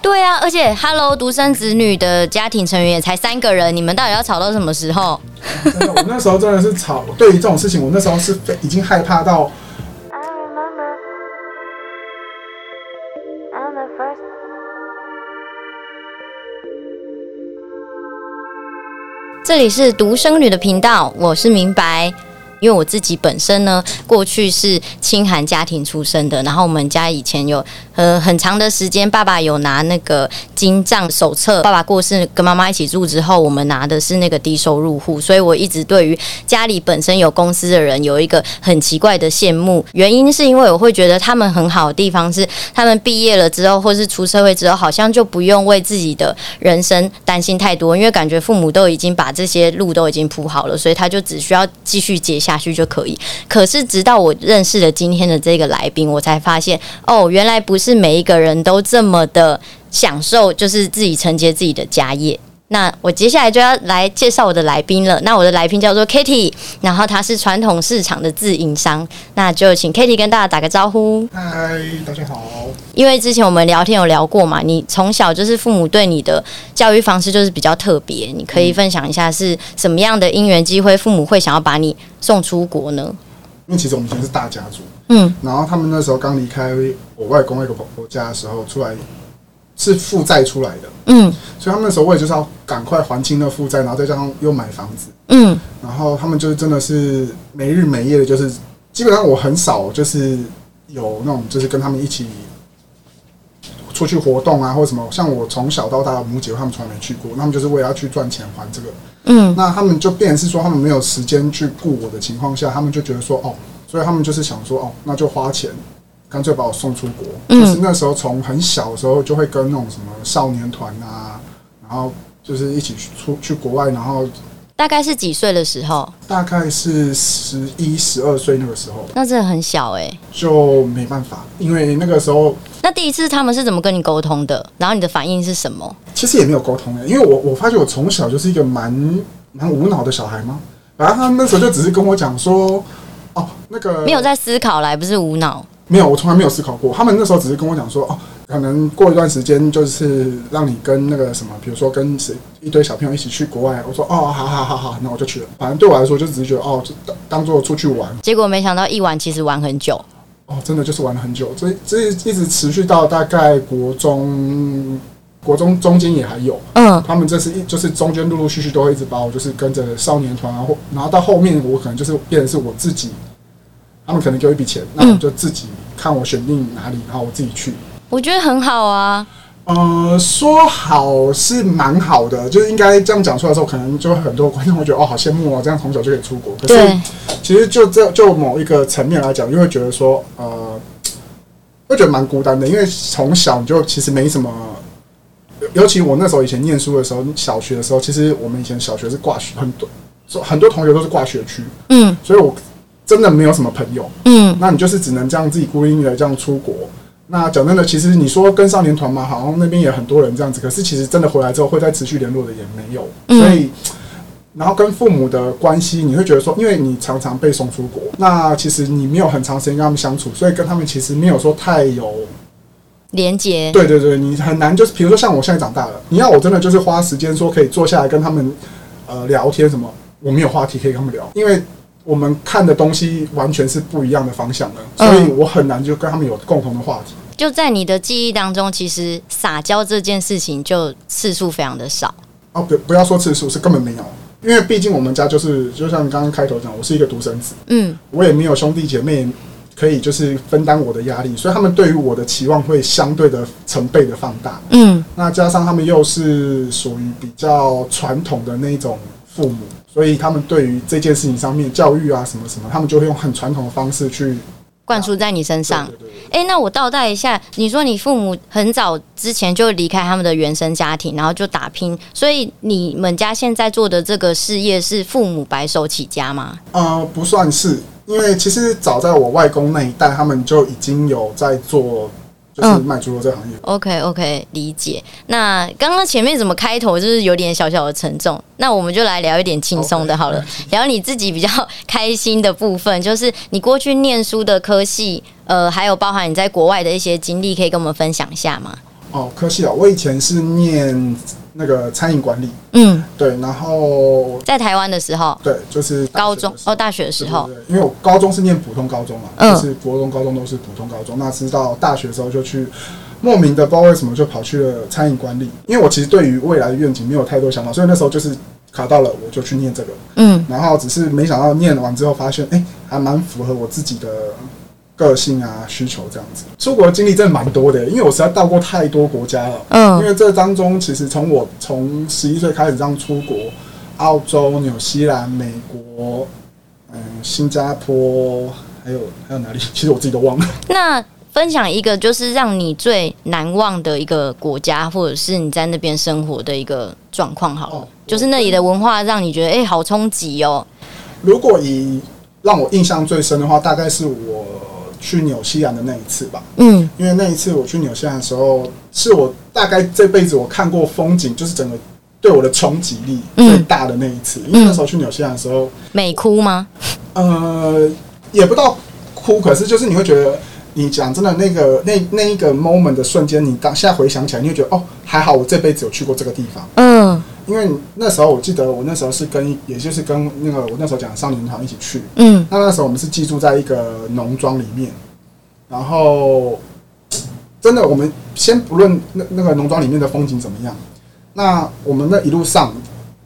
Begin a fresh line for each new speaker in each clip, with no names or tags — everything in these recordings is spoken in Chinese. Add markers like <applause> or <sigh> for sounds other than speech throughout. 对啊，而且 Hello 独生子女的家庭成员也才三个人，你们到底要吵到什么时候？
真的，我那时候真的是吵。对于这种事情，我那时候是非已经害怕到
I remember on the first
这里是独生女的频道，我是明白。因为我自己本身呢，过去是清寒家庭出身的，然后我们家以前有呃很长的时间，爸爸有拿那个金账手册，爸爸过世跟妈妈一起住之后，我们拿的是那个低收入户，所以我一直对于家里本身有公司的人有一个很奇怪的羡慕，原因是因为我会觉得他们很好的地方是，他们毕业了之后或是出社会之后，好像就不用为自己的人生担心太多，因为感觉父母都已经把这些路都已经铺好了，所以他就只需要继续接下去就可以。可是直到我认识了今天的这个来宾，我才发现哦，原来不是每一个人都这么的享受，就是自己承接自己的家业。那我接下来就要来介绍我的来宾了。那我的来宾叫做 Kitty，然后她是传统市场的自营商。那就请 Kitty 跟大家打个招呼。
嗨，大家好。
因为之前我们聊天有聊过嘛，你从小就是父母对你的教育方式就是比较特别，你可以分享一下是什么样的因缘机会，父母会想要把你送出国呢？
因为其实我们以前是大家族，
嗯，
然后他们那时候刚离开我外公外婆婆家的时候，出来是负债出来的，
嗯
所以他们那时候为了就是要赶快还清那负债，然后再加上又买房子，
嗯
然后他们就是真的是没日没夜的，就是基本上我很少就是有那种就是跟他们一起出去活动啊，或者什么。像我从小到大的母姐他们从来没去过，他们就是为了要去赚钱还这个。
嗯，
那他们就变成是说他们没有时间去顾我的情况下，他们就觉得说哦，所以他们就是想说哦，那就花钱。干脆把我送出国，
嗯
就是那时候从很小的时候就会跟那种什么少年团啊，然后就是一起去出去国外，然后
大概是几岁的时候？
大概是十一、十二岁那个时候吧，
那真的很小诶、
就没办法，因为那个时候
那第一次他们是怎么跟你沟通的？然后你的反应是什么？
其实也没有沟通的，因为我我发觉我从小就是一个蛮蛮无脑的小孩嘛，然后他那时候就只是跟我讲说，哦，那个
没有在思考来，不是无脑。
没有，我从来没有思考过。他们那时候只是跟我讲说，哦，可能过一段时间就是让你跟那个什么，比如说跟谁一堆小朋友一起去国外。我说，哦，好好好好，那我就去了。反正对我来说，就只是觉得，哦，就当当做出去玩，
结果没想到一玩其实玩很久。
哦，真的就是玩了很久，这这一直持续到大概国中，国中中间也还有。
嗯
他们这是一就是中间陆陆续续都会一直把我就是跟着少年团啊，或然后到后面我可能就是变成是我自己，他们可能给我一笔钱，那我就自己看我选定哪里，然后我自己去。
我觉得很好啊。
呃，说好是蛮好的，就是应该这样讲出来的时候，可能就会很多观众会觉得哦，好羡慕哦，这样从小就可以出国。可是
对，
其实就这就某一个层面来讲，就会觉得说，呃，会觉得蛮孤单的，因为从小你就其实没什么。尤尤其我那时候以前念书的时候，小学的时候，其实我们以前小学是挂学，很多很多同学都是挂学区，
嗯
所以我真的没有什么朋友。
嗯
那你就是只能这样自己孤零零的这样出国。那讲真的，其实你说跟少年团嘛，好像那边也很多人这样子，可是其实真的回来之后会再持续联络的也没有，
嗯
所以。然后跟父母的关系，你会觉得说，因为你常常被送出国，那其实你没有很长时间跟他们相处，所以跟他们其实没有说太有，
连接。
对对对，你很难就是，比如说像我现在长大了，你要我真的就是花时间说可以坐下来跟他们呃聊天什么，我没有话题可以跟他们聊，因为我们看的东西完全是不一样的方向的，
嗯
所以我很难就跟他们有共同的话题。
就在你的记忆当中，其实撒娇这件事情就次数非常的少。
哦，不不要说次数，是根本没有，因为毕竟我们家就是就像刚刚开头讲，我是一个独生子，
嗯，
我也没有兄弟姐妹可以就是分担我的压力，所以他们对于我的期望会相对的成倍的放大。
嗯，
那加上他们又是属于比较传统的那一种父母，所以他们对于这件事情上面教育啊什么什么，他们就会用很传统的方式去嗯
灌输在你身上
对。对对对
诶，那我倒带一下，你说你父母很早之前就离开他们的原生家庭，然后就打拼，所以你们家现在做的这个事业是父母白手起家吗？
呃，不算是，因为其实早在我外公那一代，他们就已经有在做，就是
嗯
卖猪肉这个行业。
OK OK，理解。那刚刚前面怎么开头就是有点小小的沉重，那我们就来聊一点轻松的好了
OK，
聊你自己比较开心的部分，就是你过去念书的科系，呃，还有包含你在国外的一些经历，可以跟我们分享一下吗？
哦，科系哦，我以前是念那个餐饮管理，
嗯，
对，然后
在台湾的时候，
对，就是大学
高
的
中
时候
哦，大学的时候
对，对对因为我高中是念普通高中嘛，
嗯
就是国中、高中都是普通高中。那是到大学的时候就去，莫名的不知道为什么就跑去了餐饮管理，因为我其实对于未来的愿景没有太多想法，所以那时候就是考到了我就去念这个，
嗯
然后只是没想到念完之后发现，哎、还蛮符合我自己的。个性啊，需求这样子，出国的经历真的蛮多的，因为我实在到过太多国家了。因
嗯
为这当中，其实从我从十一岁开始这样出国，澳洲、纽西兰、美国，嗯，新加坡，还有还有哪里？ <laughs> 其实我自己都忘了。
那分享一个就是让你最难忘的一个国家，或者是你在那边生活的一个状况好了，
哦
就是那里的文化让你觉得哎、好冲击哦，
如果以让我印象最深的话，大概是我去纽西兰的那一次吧。
嗯
因为那一次我去纽西兰的时候，是我大概这辈子我看过风景，就是整个对我的冲击力
嗯
最大的那一次。因为那时候去纽西兰的时候，
美哭吗？
呃，也不到哭，可是就是你会觉得，你讲真的那个那那一个 moment 的瞬间，你当现在回想起来，你会觉得哦，还好我这辈子有去过这个地方，
嗯
因为你那时候我记得我那时候是跟一也就是跟那个我那时候讲的少年团一起去，
嗯
那那时候我们是寄住在一个农庄里面，然后真的我们先不论那那个农庄里面的风景怎么样，那我们那一路上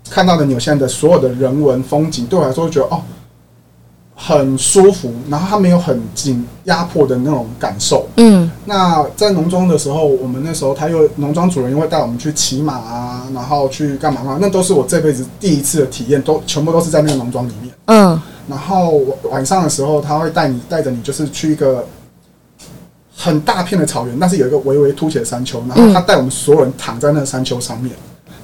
看到的纽西兰的所有的人文风景，对我来说觉得哦很舒服，然后它没有很紧压迫的那种感受。
嗯
那在农庄的时候，我们那时候他又农庄主人又会带我们去骑马啊，然后去干嘛嘛，那都是我这辈子第一次的体验，都全部都是在那个农庄里面。
嗯
然后晚上的时候，他会带你带着你，就是去一个很大片的草原，但是有一个微微凸起的山丘，然
嗯
后他带我们所有人躺在那个山丘上面，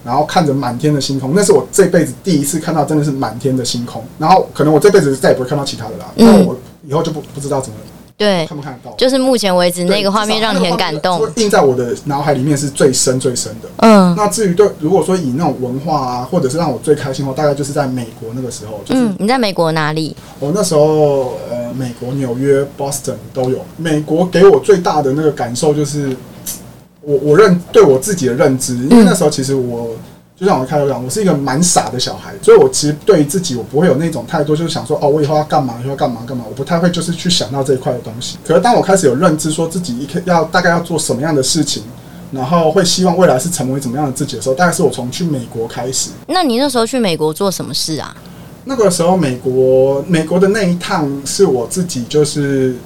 然后看着满天的星空，那是我这辈子第一次看到真的是满天的星空。然后可能我这辈子再也不会看到其他的啦，
嗯
那、我以后就不不知道怎么
对，
看不看得到。
就是目前为止
对
那个画面
至少
让
那
你
个
很
画面
感动
会，印在我的脑海里面是最深最深的。
嗯
那至于对，如果说以那种文化啊，或者是让我最开心的话，大概就是在美国那个时候，就是
嗯，你在美国哪里？
我哦那时候呃，美国纽约、Boston 都有。美国给我最大的那个感受就是，我我认对我自己的认知，因为那时候其实我就像我开头讲，我是一个蛮傻的小孩，所以我其实对自己我不会有那种太多，就是想说哦，我以后要干嘛，以后要干嘛干嘛，我不太会就是去想到这一块的东西。可是当我开始有认知，说自己一个要大概要做什么样的事情。然后会希望未来是成为怎么样的自己的时候，大概是我从去美国开始，
那你那时候去美国做什么事啊？
那个时候，美国美国的那一趟是我自己就是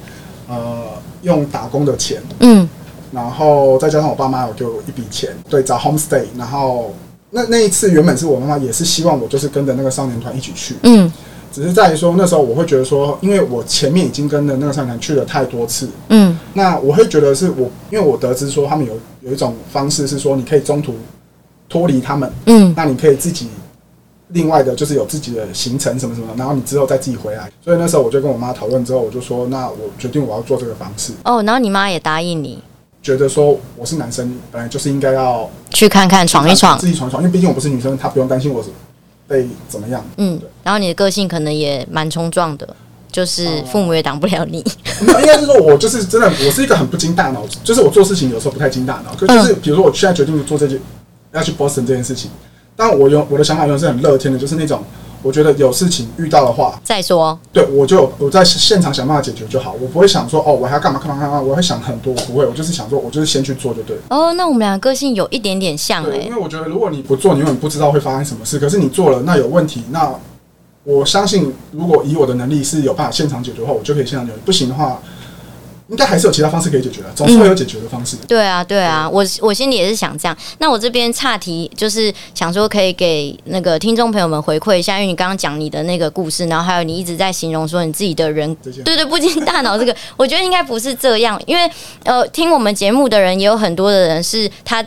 呃用打工的钱，
嗯
然后再加上我爸妈有给我一笔钱，对，找 homestay，然后那那一次原本是我妈妈也是希望我就是跟着那个少年团一起去，
嗯
只是在于说那时候我会觉得说，因为我前面已经跟着那个少年团去了太多次，
嗯
那我会觉得是我，因为我得知说他们有有一种方式是说你可以中途脱离他们，
嗯
那你可以自己另外的，就是有自己的行程什么什么，然后你之后再自己回来。所以那时候我就跟我妈讨论之后，我就说，那我决定我要做这个方式，
哦，然后你妈也答应你
觉得说我是男生，本来就是应该要
去看看闯一闯
自，己闯一闯，因为毕竟我不是女生，她不用担心我被怎么样。
嗯，然后你的个性可能也蛮冲撞的，
哦
就是父母也挡不了你， <laughs>
那应该是说我就是真的，我是一个很不经大脑，就是我做事情有时候不太经大脑。可
嗯
就是比如说我现在决定做这件要去 Boston 这件事情，但我有我的想法永远是很乐天的，就是那种我觉得有事情遇到的话，
再说，
对，我就我在现场想办法解决就好，我不会想说哦，我还要干嘛干嘛干嘛，我会想很多，我不会，我就是想说，我就是先去做就对了。
哦，那我们俩个性有一点点像哎、
对，因为我觉得如果你不做，你永远不知道会发生什么事。可是你做了，那有问题，那我相信，如果以我的能力是有办法现场解决的话，我就可以现场解决。不行的话，应该还是有其他方式可以解决的，总是会有解决的方式。
对啊，对啊，我我心里也是想这样。那我这边岔题，就是想说可以给那个听众朋友们回馈一下，因为你刚刚讲你的那个故事，然后还有你一直在形容说你自己的人，
这些
对对，不经大脑这个， <laughs> 我觉得应该不是这样，因为呃，听我们节目的人也有很多的人是他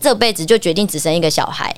这辈子就决定只生一个小孩。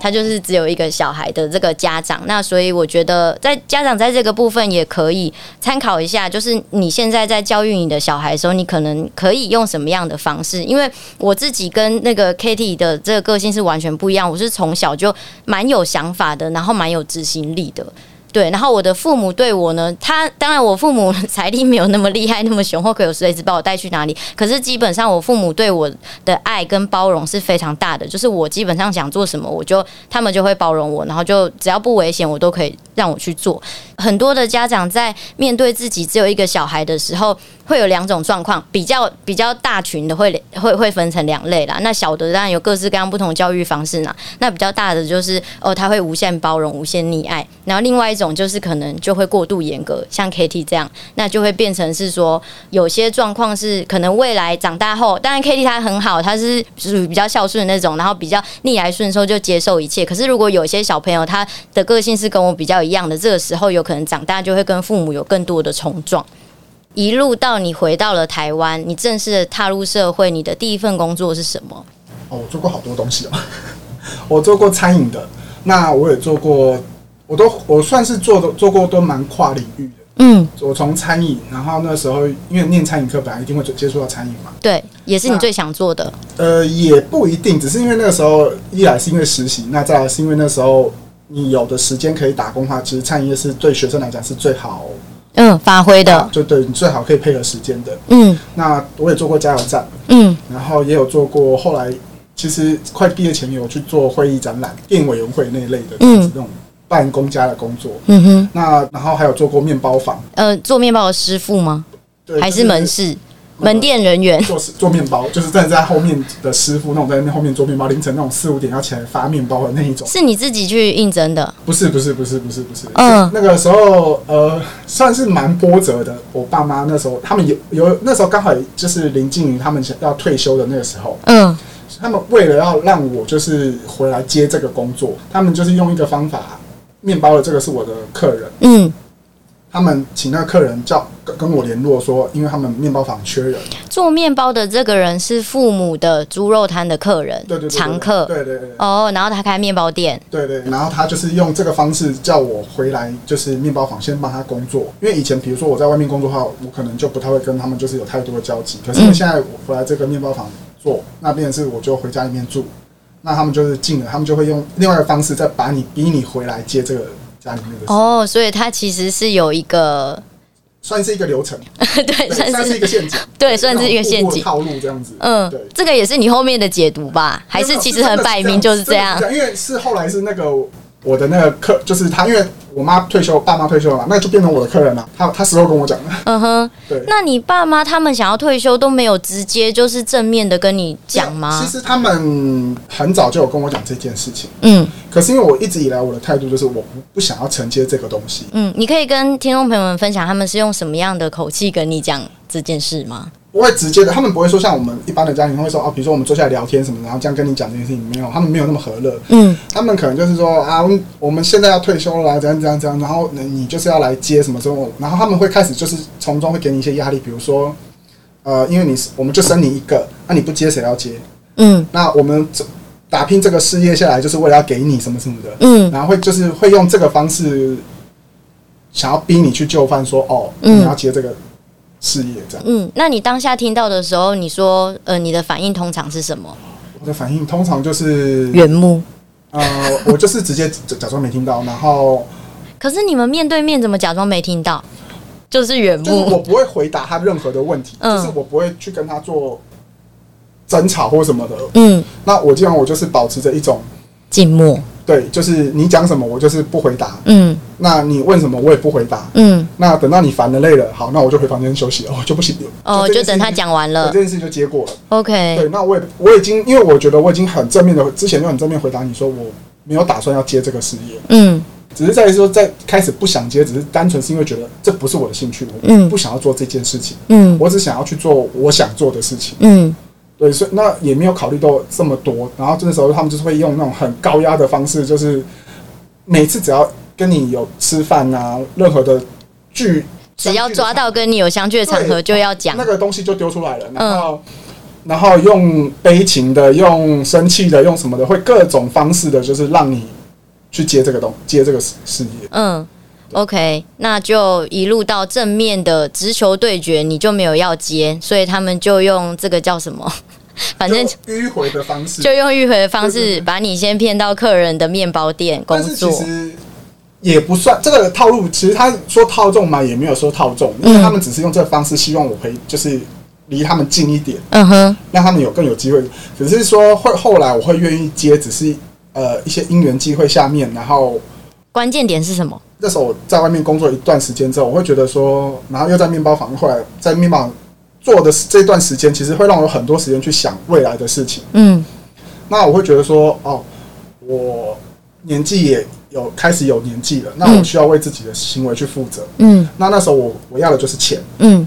他就是只有一个小孩的这个家长，那所以我觉得在家长在这个部分也可以参考一下，就是你现在在教育你的小孩的时候，你可能可以用什么样的方式？因为我自己跟那个 Kitty 的这个个性是完全不一样，我是从小就蛮有想法的，然后蛮有执行力的。对，然后我的父母对我呢，他当然我父母财力没有那么厉害，那么雄厚，可有随时把我带去哪里。可是基本上我父母对我的爱跟包容是非常大的，就是我基本上想做什么，我就他们就会包容我，然后就只要不危险，我都可以让我去做。很多的家长在面对自己只有一个小孩的时候，会有两种状况，比较比较大群的会会会分成两类啦。那小的当然有各式各样不同教育方式呢，那比较大的就是哦，他会无限包容、无限溺爱。然后另外一种就是可能就会过度严格，像 Kitty 这样，那就会变成是说有些状况是可能未来长大后，当然 Kitty 她很好，她是属于比较孝顺的那种，然后比较逆来顺受就接受一切。可是如果有些小朋友他的个性是跟我比较一样的，这个时候有可能长大就会跟父母有更多的冲撞。一路到你回到了台湾，你正式的踏入社会，你的第一份工作是什么？
哦，我做过好多东西哦， <laughs> 我做过餐饮的，那我也做过，我都我算是做的做过都蛮跨领域的。
嗯，
我从餐饮，然后那时候因为念餐饮课，本来一定会接触到餐饮嘛，
对，也是你
那
最想做的。
呃，也不一定，只是因为那个时候一来是因为实习，那再来是因为那时候你有的时间可以打工的话，其实餐饮业是对学生来讲是最好
嗯，发挥的，
就对你最好可以配合时间的。
嗯
那我也做过加油站，
嗯
然后也有做过后来，其实快毕业前有去做会议展览、电影委员会那一类的，
嗯
嗯，那种办公家的工作。
嗯哼，
那然后还有做过面包房，
呃，做面包的师傅吗？
对，
还
呃就是呃
门市门店人员？ <laughs>
做做面包，就是站在后面的师傅那种，在那边后面做面包，凌晨那种四五点要起来发面包的那一种。
是你自己去应征的？
不是不是不是不是不是，
嗯
那个时候呃算是蛮波折的。我爸妈那时候他们有有那时候刚好就是林静怡他们想要退休的那个时候，
嗯
他们为了要让我就是回来接这个工作，他们就是用一个方法，面包的这个是我的客人，
嗯，
他们请那个客人叫跟跟我联络说，因为他们面包房缺人，
做面包的这个人是父母的猪肉摊的客人，
对对对对
常客。
对对对对
哦，然后他开面包店，
对对，然后他就是用这个方式叫我回来，就是面包房先帮他工作。因为以前比如说我在外面工作的话，我可能就不太会跟他们就是有太多的交集。可是因为现在我回来这个面包房做，那边是我就回家里面住，那他们就是进了，他们就会用另外的方式再把你逼你回来接这个家里面的事，
哦，所以他其实是有一个， <laughs>
算是一个流程，
对，
对
算
算是一
是
个陷阱，
对，算是一个陷
那种步步
阱
的。套路这样子。
嗯
对，。
这个也是你后面的解读吧？还
没
是
有
其实很摆明就是这样？
真的是因为是后来是那个我的那个客，就是他，因为我妈退休，爸妈退休了嘛，那就变成我的客人了。他他事后跟我讲的，
嗯哼，
对。
那你爸妈他们想要退休都没有直接就是正面的跟你讲吗
其？实他们很早就有跟我讲这件事情，
嗯
可是因为我一直以来我的态度就是我不不想要承接这个东西。
嗯，你可以跟听众朋友们分享他们是用什么样的口气跟你讲这件事吗？
不会直接的，他们不会说像我们一般的家庭会说哦，比如说我们坐下来聊天什么，然后这样跟你讲这件事情，没有，他们没有那么和乐，
嗯
他们可能就是说啊，我们我们现在要退休了啊，怎样怎样怎样，然后呢你就是要来接什么什么，然后他们会开始就是从中会给你一些压力，比如说，呃，因为你是我们就生你一个，那、你不接谁要接？
嗯
那我们这打拼这个事业下来，就是为了要给你什么什么的，
嗯
然后会就是会用这个方式，想要逼你去就范说，哦，
嗯
你要接这个事业这样。
嗯。那你当下听到的时候，你说呃，你的反应通常是什么？
我的反应通常就是，
原木。
呃，我就是直接假假装没听到，然后
可是你们面对面怎么假装没听到？就是原
就是我
木。
不会回答他任何的问题，
嗯
就是我不会去跟他做争吵或什么的。
嗯，
那我基本上我就是保持着一种，
静默。
对，就是你讲什么我就是不回答，
嗯
那你问什么我也不回答。
嗯。
那等到你烦了累了，好，那我就回房间休息，哦，就不行了。
哦，
这
就
件事
等他
情
讲完
对
了
这。件事情就结果了。对，
OK。
那我也我已经，因为我觉得我已经很正面的，之前就很正面回答你说我没有打算要接这个事业，
嗯
只是在于说在开始不想接，只是单纯是因为觉得这不是我的兴趣，
嗯
我不想要做这件事情，
嗯
我只想要去做我想做的事情。
嗯
对，所以那也没有考虑到这么多，然后这个时候他们就是会用那种很高压的方式，就是每次只要跟你有吃饭啊，任何的剧，
只要抓到跟你有相聚的场合就要讲
那。个东西就丢出来了，
嗯
然后、然后用悲情的、用生气的、用什么的，会各种方式的，就是让你去接这个东接这个事事业。
嗯，OK，那就一路到正面的直球对决，你就没有要接，所以他们就用这个叫什么？ <laughs> 反正
就迂回的方式，
就用迂回的方
对对
式
对
把你先骗到客人的面包店工
但是
作
其。实也不算这个套路，其实他说套中嘛，也没有说套中，因为
嗯
他们只是用这个方式，希望我可以就是离他们近一点，
嗯哼，
让他们有更有机会。只是说会后来我会愿意接，只是呃一些因缘机会下面，然后
关键点是什么？
那时候我在外面工作一段时间之后，我会觉得说，然后又在面包房，后来在面包房做的这段时间，其实会让我有很多时间去想未来的事情。
嗯
那我会觉得说，哦，我年纪也有开始有年纪了，那我需要为自己的行为去负责。
嗯
那那时候我我要的就是钱。
嗯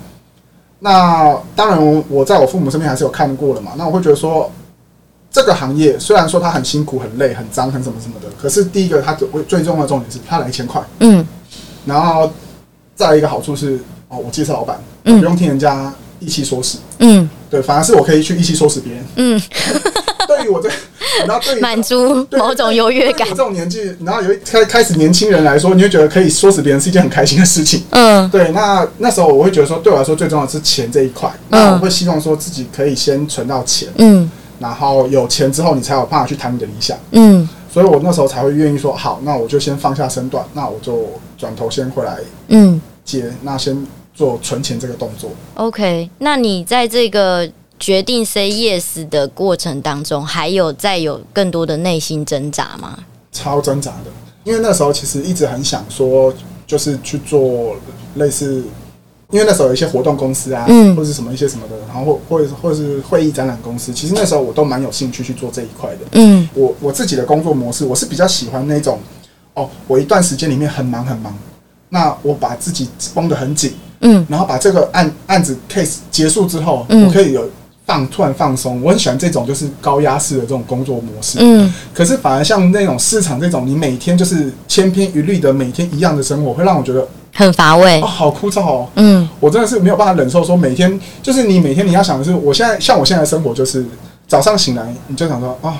那当然，我在我父母身边还是有看过了嘛。那我会觉得说，这个行业虽然说它很辛苦、很累、很脏、很什么什么的，可是第一个它最最重要的重点是它来一千块，
嗯
然后再来一个好处是，哦，我介绍老板，
嗯
不用听人家意气说死，
嗯
对，反而是我可以去意气说死别人。
嗯，
对于我这，然后
<laughs>
对于
满足
对
某种优越感
对我。这种年纪，然后有一开开始年轻人来说，你会觉得可以说死别人是一件很开心的事情。 <laughs>
嗯
对，那那时候我会觉得说，对我来说最重要的是钱这一块。那我会希望说自己可以先存到钱，
嗯
然后有钱之后，你才有办法去谈你的理想。
嗯
所以我那时候才会愿意说，好，那我就先放下身段，那我就转头先回来
嗯
接，那先做存钱这个动作。
，OK。那你在这个决定 say yes 的过程当中，还有再有更多的内心挣扎吗？
超挣扎的，因为那时候其实一直很想说，就是去做类似，因为那时候有一些活动公司啊，
嗯
或者是什么一些什么的，然后或或者或者是会议展览公司，其实那时候我都蛮有兴趣去做这一块的。
嗯
我我自己的工作模式，我是比较喜欢那种，哦，我一段时间里面很忙很忙，那我把自己绷得很紧，
嗯
然后把这个案案子 case 结束之后，
嗯
我可以有放突然放松，我很喜欢这种就是高压式的这种工作模式。
嗯
可是反而像那种市场这种，你每天就是千篇一律的，每天一样的生活，会让我觉得
很乏味
哦，。好枯燥哦。
嗯
我真的是没有办法忍受，说每天就是你每天你要想的是，我现在像我现在的生活就是早上醒来你就想说啊、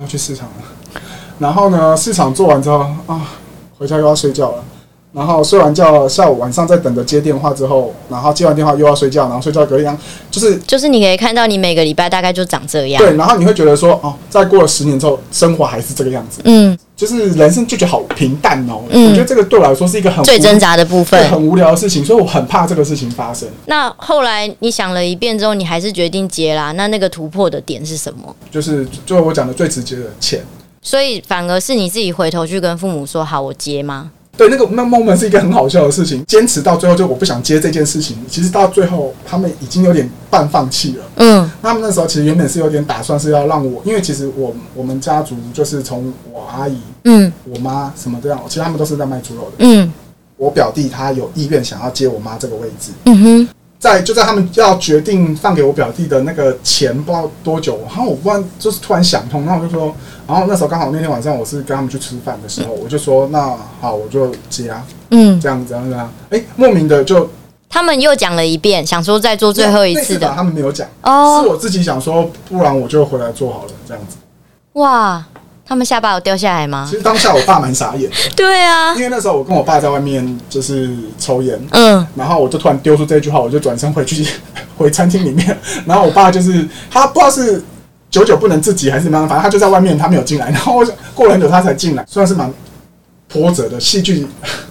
要去市场了，然后呢市场做完之后啊、回家又要睡觉了，然后睡完觉下午晚上再等着接电话之后，然后接完电话又要睡觉，然后睡觉隔一样就是
就是你可以看到，你每个礼拜大概就长这样。
对，然后你会觉得说哦，再过了十年之后生活还是这个样子。
嗯，
就是人生就觉得好平淡哦。
嗯
我觉得这个对我来说是一个很
最
无
挣扎的部
对
分。
很无聊的事情，所以我很怕这个事情发生。
那后来你想了一遍之后，你还是决定接啦。那那个突破的点是什么？
就是就我讲的最直接的钱，
所以反而是你自己回头去跟父母说：“好，我接吗
对那个那 moment 是一个很好笑的事情，坚持到最后就我不想接这件事情，其实到最后他们已经有点半放弃了。？”
嗯
他们那时候其实原本是有点打算是要让我，因为其实我我们家族就是从我阿姨、
嗯
我妈什么这样，其实他们都是在卖猪肉的。
嗯
我表弟他有意愿想要接我妈这个位置，
嗯哼
在就在他们要决定放给我表弟的那个钱，不知道多久，然后我不然就是突然想通，然后我就说，然后那时候刚好那天晚上我是跟他们去吃饭的时候，我就说那好，我就接啊，
嗯，
这样这样这样，哎、莫名的就
他们又讲了一遍，想说再做最后一
那
次
吧
的
他们没有讲，是
哦。
我自己想说，不然我就回来做好了这样子。
哇，他们下巴有掉下来吗
其？实当下我爸蛮傻眼的，
对啊
因，为那时候我跟我爸在外面就是抽烟，
嗯
然后我就突然丢出这句话，我就转身回去 <laughs> 回餐厅里面，然后我爸就是他不知道是久久不能自己还是怎么样，反正他就在外面，他没有进来。然后我想过了很久他才进来，算是蛮波折的戏剧，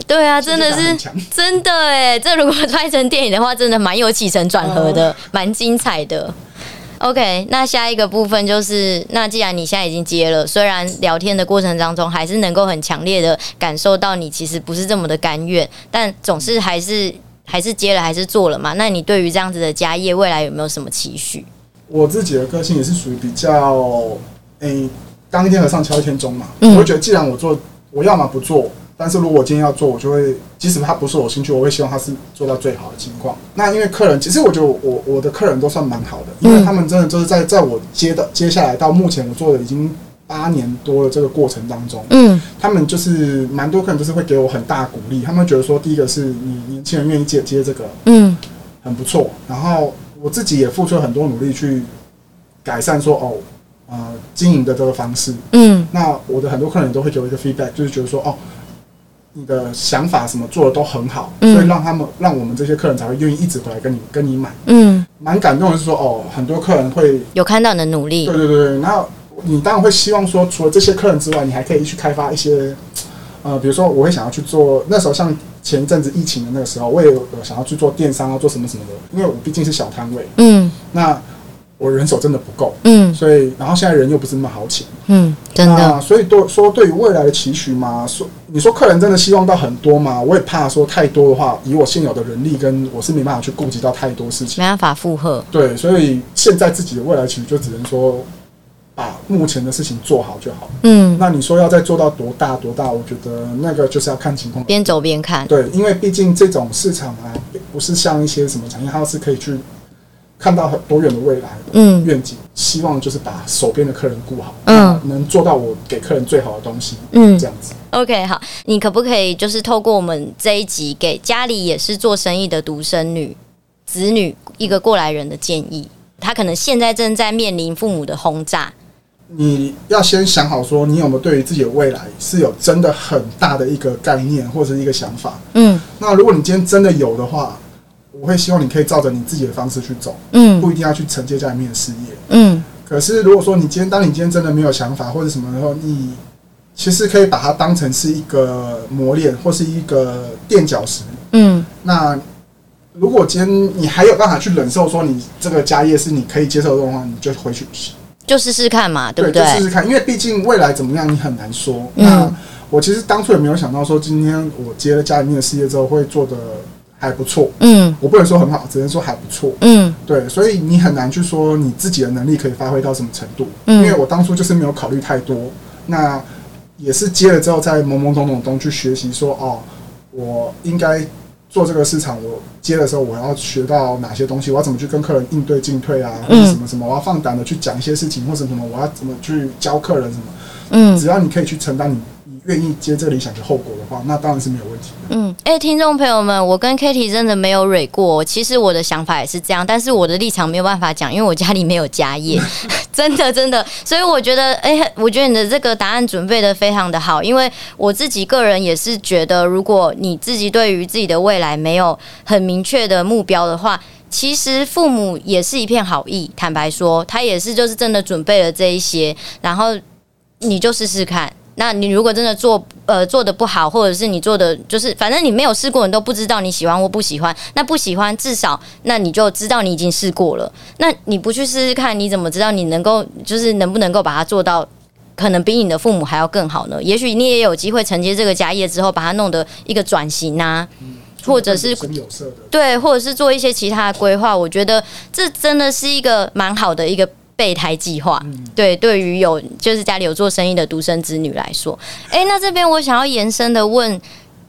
对啊，真的
戏剧感
是
很强
真的哎，这如果拍成电影的话，真的蛮有起承转合的，蛮精彩的。OK，那下一个部分就是，那既然你现在已经接了，虽然聊天的过程当中还是能够很强烈的感受到你其实不是这么的甘愿，但总是还是还是接了，还是做了嘛。那你对于这样子的家业，未来有没有什么期许？
我自己的个性也是属于比较，诶、当一天和尚敲一天钟嘛。
嗯
我会觉得，既然我做，我要么不做，但是如果我今天要做，我就会，即使他不是我兴趣，我会希望他是做到最好的情况。那因为客人，其实我觉得我我我的客人都算蛮好的，因为
嗯
他们真的就是在在我接的接下来到目前我做的已经八年多的这个过程当中，
嗯
他们就是蛮多客人就是会给我很大的鼓励，他们觉得说，第一个是你年轻人愿意接接这个，
嗯
很不错。然后我自己也付出了很多努力去改善说哦，呃，经营的这个方式。
嗯
那我的很多客人都会给我一个 feedback，就是觉得说哦，你的想法什么做的都很好，
嗯
所以让他们让我们这些客人才会愿意一直回来跟你跟你买。
嗯，
蛮感动的是说哦，很多客人会
有看到你的努力
对，对对，对，那你当然会希望说，除了这些客人之外，你还可以去开发一些呃，比如说我会想要去做，那时候像前一阵子疫情的那个时候，我也有想要去做电商啊，做什么什么的，因为我毕竟是小摊位，
嗯
那我人手真的不够，
嗯
所以然后现在人又不是那么好请，
嗯，真
那
的，
所以对说对于未来的期许嘛，说你说客人真的希望到很多吗？我也怕说太多的话，以我现有的人力跟我是没办法去顾及到太多事情。
没办法负荷。
对，所以现在自己的未来期许就只能说，把目前的事情做好就好。
嗯，
那你说要再做到多大多大？我觉得那个就是要看情况。
边走边看。
对，因为毕竟这种市场啊，不是像一些什么产业，它是可以去看到很多远的未来的。
嗯
愿景，希望就是把手边的客人顾好，
嗯，
能做到我给客人最好的东西，
嗯
这样子。
，OK，好，你可不可以就是透过我们这一集，给家里也是做生意的独生女子女一个过来人的建议？她可能现在正在面临父母的轰炸。
你要先想好，说你有没有对于自己的未来是有真的很大的一个概念或者是一个想法。
嗯
那如果你今天真的有的话，我会希望你可以照着你自己的方式去走，
嗯
不一定要去承接家里面的事业。
嗯
可是如果说你今天当你今天真的没有想法或者什么的时候，你其实可以把它当成是一个磨练或是一个垫脚石，
嗯
那如果今天你还有办法去忍受，说你这个家业是你可以接受的话，你就回去
就试试看嘛，对不
就
对？
试试看，因为毕竟未来怎么样你很难说。
嗯
那我其实当初也没有想到说，今天我接了家里面的事业之后会做的还不错。
嗯
我不能说很好，只能说还不错。
嗯
对，所以你很难去说你自己的能力可以发挥到什么程度，
嗯
因为我当初就是没有考虑太多，那也是接了之后在懵懵懂懂中去学习说，哦，我应该做这个市场，我接的时候我要学到哪些东西，我要怎么去跟客人应对进退啊，或
嗯
者什么什么，我要放胆的去讲一些事情，或者什么，我要怎么去教客人什么，
嗯
只要你可以去承担你你愿意接这个理想的后果的话，那当然是没有问题的。
嗯，哎、听众朋友们，我跟 Kitty 真的没有蕊过。其实我的想法也是这样，但是我的立场没有办法讲，因为我家里没有家业，真的真的。所以我觉得，哎、我觉得你的这个答案准备的非常的好，因为我自己个人也是觉得，如果你自己对于自己的未来没有很明确的目标的话，其实父母也是一片好意。坦白说，他也是就是真的准备了这一些，然后你就试试看。那你如果真的做呃做的不好，或者是你做的就是反正你没有试过，你都不知道你喜欢或不喜欢。那不喜欢，至少那你就知道你已经试过了。那你不去试试看，你怎么知道你能够就是能不能够把它做到？可能比你的父母还要更好呢。也许你也有机会承接这个家业之后，把它弄得一个转型啊，或者是
有声有色的，
对，或者是做一些其他的规划，我觉得这真的是一个蛮好的一个备胎计划。
嗯
对，对于有就是家里有做生意的独生子女来说，诶，那这边我想要延伸的问，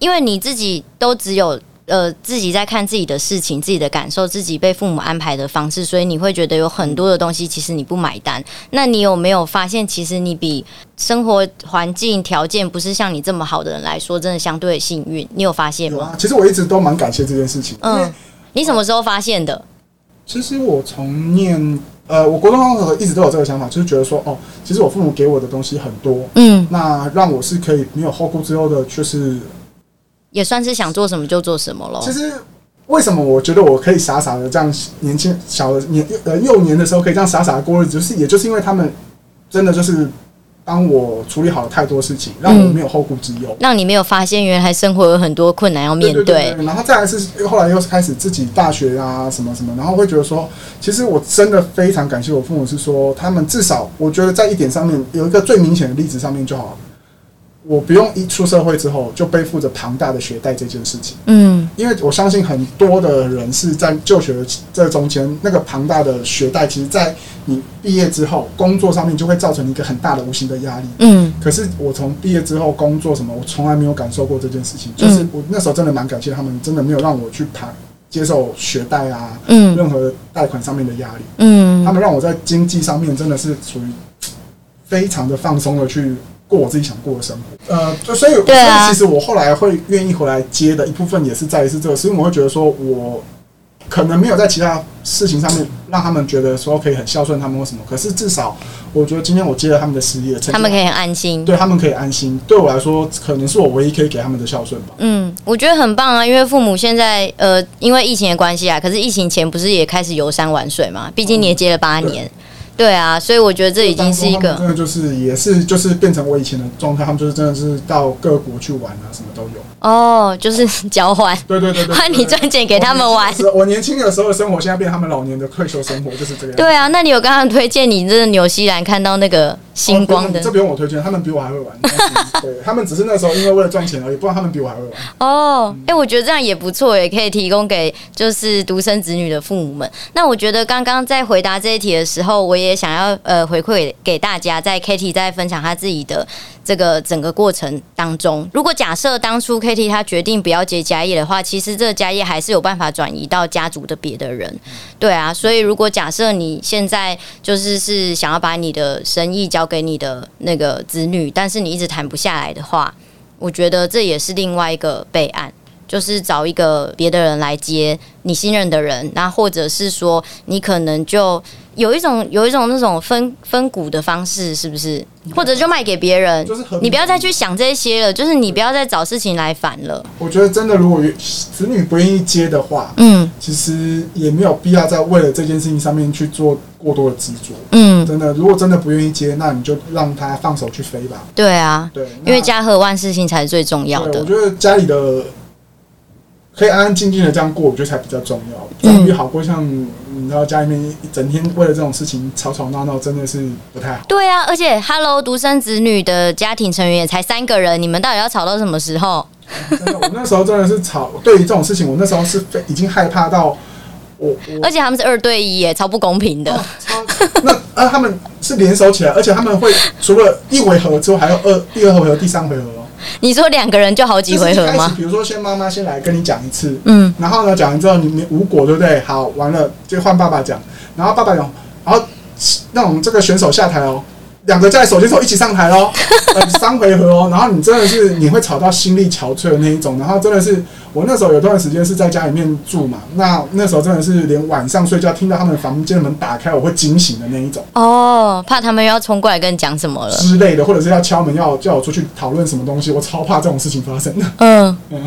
因为你自己都只有。呃，自己在看自己的事情、自己的感受、自己被父母安排的方式，所以你会觉得有很多的东西其实你不买单。那你有没有发现，其实你比生活环境条件不是像你这么好的人来说，真的相对幸运？你有发现
有
吗？
啊。其实我一直都蛮感谢这件事情，因为
嗯，你什么时候发现的？
其实我从念呃，我国中高中的时候一直都有这个想法，就是觉得说，哦，其实我父母给我的东西很多，
嗯，
那让我是可以没有后顾之忧的，就是
也算是想做什么就做什么咯。
其实为什么我觉得我可以傻傻的这样年轻小的年呃幼年的时候可以这样傻傻的过日子，就是也就是因为他们真的就是帮我处理好了太多事情，让我没有后顾之忧。
让你没有发现，原来生活有很多困难要面
对对对，然后再来是后来又开始自己大学啊什么什么，然后会觉得说，其实我真的非常感谢我父母，是说他们至少我觉得在一点上面有一个最明显的例子上面就好了，我不用一出社会之后就背负着庞大的学贷这件事情，
嗯
因为我相信很多的人是在就学这中间那个庞大的学贷，其实在你毕业之后工作上面就会造成一个很大的无形的压力。
嗯
可是我从毕业之后工作什么，我从来没有感受过这件事情。就是
嗯
我那时候真的蛮感谢他们，真的没有让我去盘接受学贷啊，
嗯
任何贷款上面的压力。他
嗯
们让我在经济上面真的是处于嘖非常的放松的去过我自己想过的生活。呃，就所以
对啊
所以其实我后来会愿意回来接的一部分也是在于是这个，所以我会觉得说我可能没有在其他事情上面让他们觉得说可以很孝顺他们或什么，可是至少我觉得今天我接了他们的事业，
他们可
以。
以很安心。
对他们可以安心，对我来说，可能是我唯一可以给他们的孝顺吧。
嗯，我觉得很棒啊，因为父母现在呃，
嗯
因为疫情的关系啊，可是疫情前不是也开始游山玩水嘛？毕竟你也接了八年，对啊，所以我觉得这已经是一
当中
个
他们真的就是也是就是变成我以前的状态，他们就是真的是到各国去玩啊，什么都有。
哦，就是交换，
对对对对，哦
换
对
你赚钱给他们玩。
是我年轻的时候的生活，现在变成他们老年的退休生活，就是这个样子。哦
对啊，那你有刚刚推荐你这个纽西兰看到那个星光的
哦不用这不用我推荐，他们比我还会玩。 <laughs> 对，他们只是那时候因为为了赚钱而已，不然他们比我还会玩。
哦，哎、我觉得这样也不错，也可以提供给就是独生子女的父母们。那我觉得刚刚在回答这一题的时候，我也想要呃回馈给大家，在 Kitty 在分享她自己的这个整个过程当中，如果假设当初 Kitty 她决定不要接家业的话，其实这个家业还是有办法转移到家族的别的人，对啊。所以如果假设你现在就是是想要把你的生意交给你的那个子女，但是你一直谈不下来的话，我觉得这也是另外一个备案，就是找一个别的人来接你信任的人，那或者是说你可能就有一种有一种那种分分股的方式，是不是？或者就卖给别人
啊就是合，并
你不要再去想这些了，就是你不要再找事情来烦了。
我觉得真的，如果子女不愿意接的话，
嗯
其实也没有必要在为了这件事情上面去做过多的执着。
嗯，
真的，如果真的不愿意接，那你就让他放手去飞吧。
对啊，
对，那
因为家和万事兴才是最重要
对，
的。
我觉得家里的可以安安静静的这样过，我觉得才比较重要。总比好过像你知道家里面一整天为了这种事情吵吵闹闹，真的是不太好。
对啊，而且 Hello 独生子女的家庭成员也才三个人，你们到底要吵到什么时候？
真的，我那时候真的是吵，对于这种事情，我那时候是非已经害怕到我我
而且他们是二对一耶，超不公平的。
超那啊，他们是联手起来，而且他们会除了一回合之后，还有二第二回合、第三回合哦。
你说两个人就好几
就是
回
一
合
开始
吗？
比如说，先妈妈先来跟你讲一次，
嗯，
然后呢，讲完之后你你无果对不对？好，完了就换爸爸讲，然后爸爸讲，然后让我们这个选手下台哦，两个在手牵手一起上台哦， <laughs> 呃，三回合哦，然后你真的是你会吵到心力憔悴的那一种，然后真的是我那时候有段时间是在家里面住嘛，那那时候真的是连晚上睡觉听到他们房间的门打开我会惊醒的那一种
哦，怕他们又要冲过来跟你讲什么了。
之类的，或者是要敲门要叫我出去讨论什么东西，我超怕这种事情发生 <laughs> 的。
嗯，
所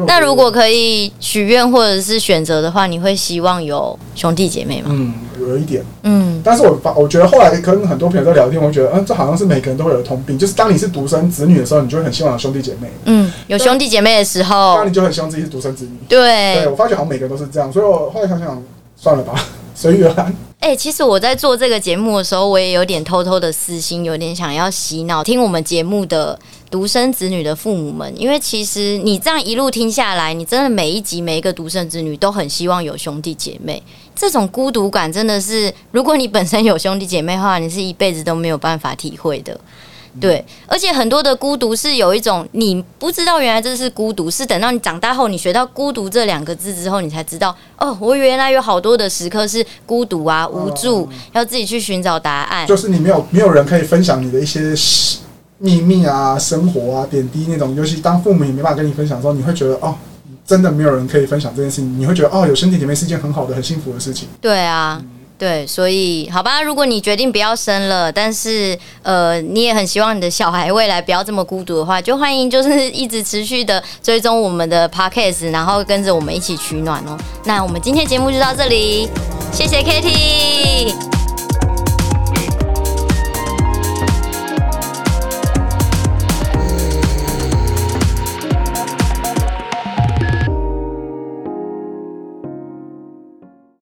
以我
那
觉得
如果可以许愿或者是选择的话，你会希望有兄弟姐妹吗？
嗯有一点。
嗯，
但是我发，我觉得后来跟很多朋友在聊天，我觉得，嗯，这好像是每个人都会有的通病，就是当你是独生子女的时候，你就会很希望有兄弟姐妹，
嗯，有兄弟姐妹的时
当
候
你，就很希望自己是独生子女。对
对，
我发觉好像每个人都是这样，所以我后来想想，算了吧， <laughs> 随缘。
哎、其实我在做这个节目的时候，我也有点偷偷的私心，有点想要洗脑听我们节目的独生子女的父母们，因为其实你这样一路听下来，你真的每一集每一个独生子女都很希望有兄弟姐妹，这种孤独感真的是，如果你本身有兄弟姐妹的话，你是一辈子都没有办法体会的。对，而且很多的孤独是有一种你不知道原来这是孤独，是等到你长大后，你学到“孤独”这两个字之后，你才知道哦，我原来有好多的时刻是孤独啊、无助，要自己去寻找答案。
就是你没有没有人可以分享你的一些秘密啊、生活啊、点滴那种，尤其当父母也没办法跟你分享的时候，你会觉得哦。真的没有人可以分享这件事情，你会觉得哦，有兄弟姐妹是一件很好的、很幸福的事情。
对啊，对，所以好吧，如果你决定不要生了，但是呃，你也很希望你的小孩未来不要这么孤独的话，就欢迎就是一直持续的追踪我们的 podcast，然后跟着我们一起取暖哦。那我们今天节目就到这里，谢谢 Kitty。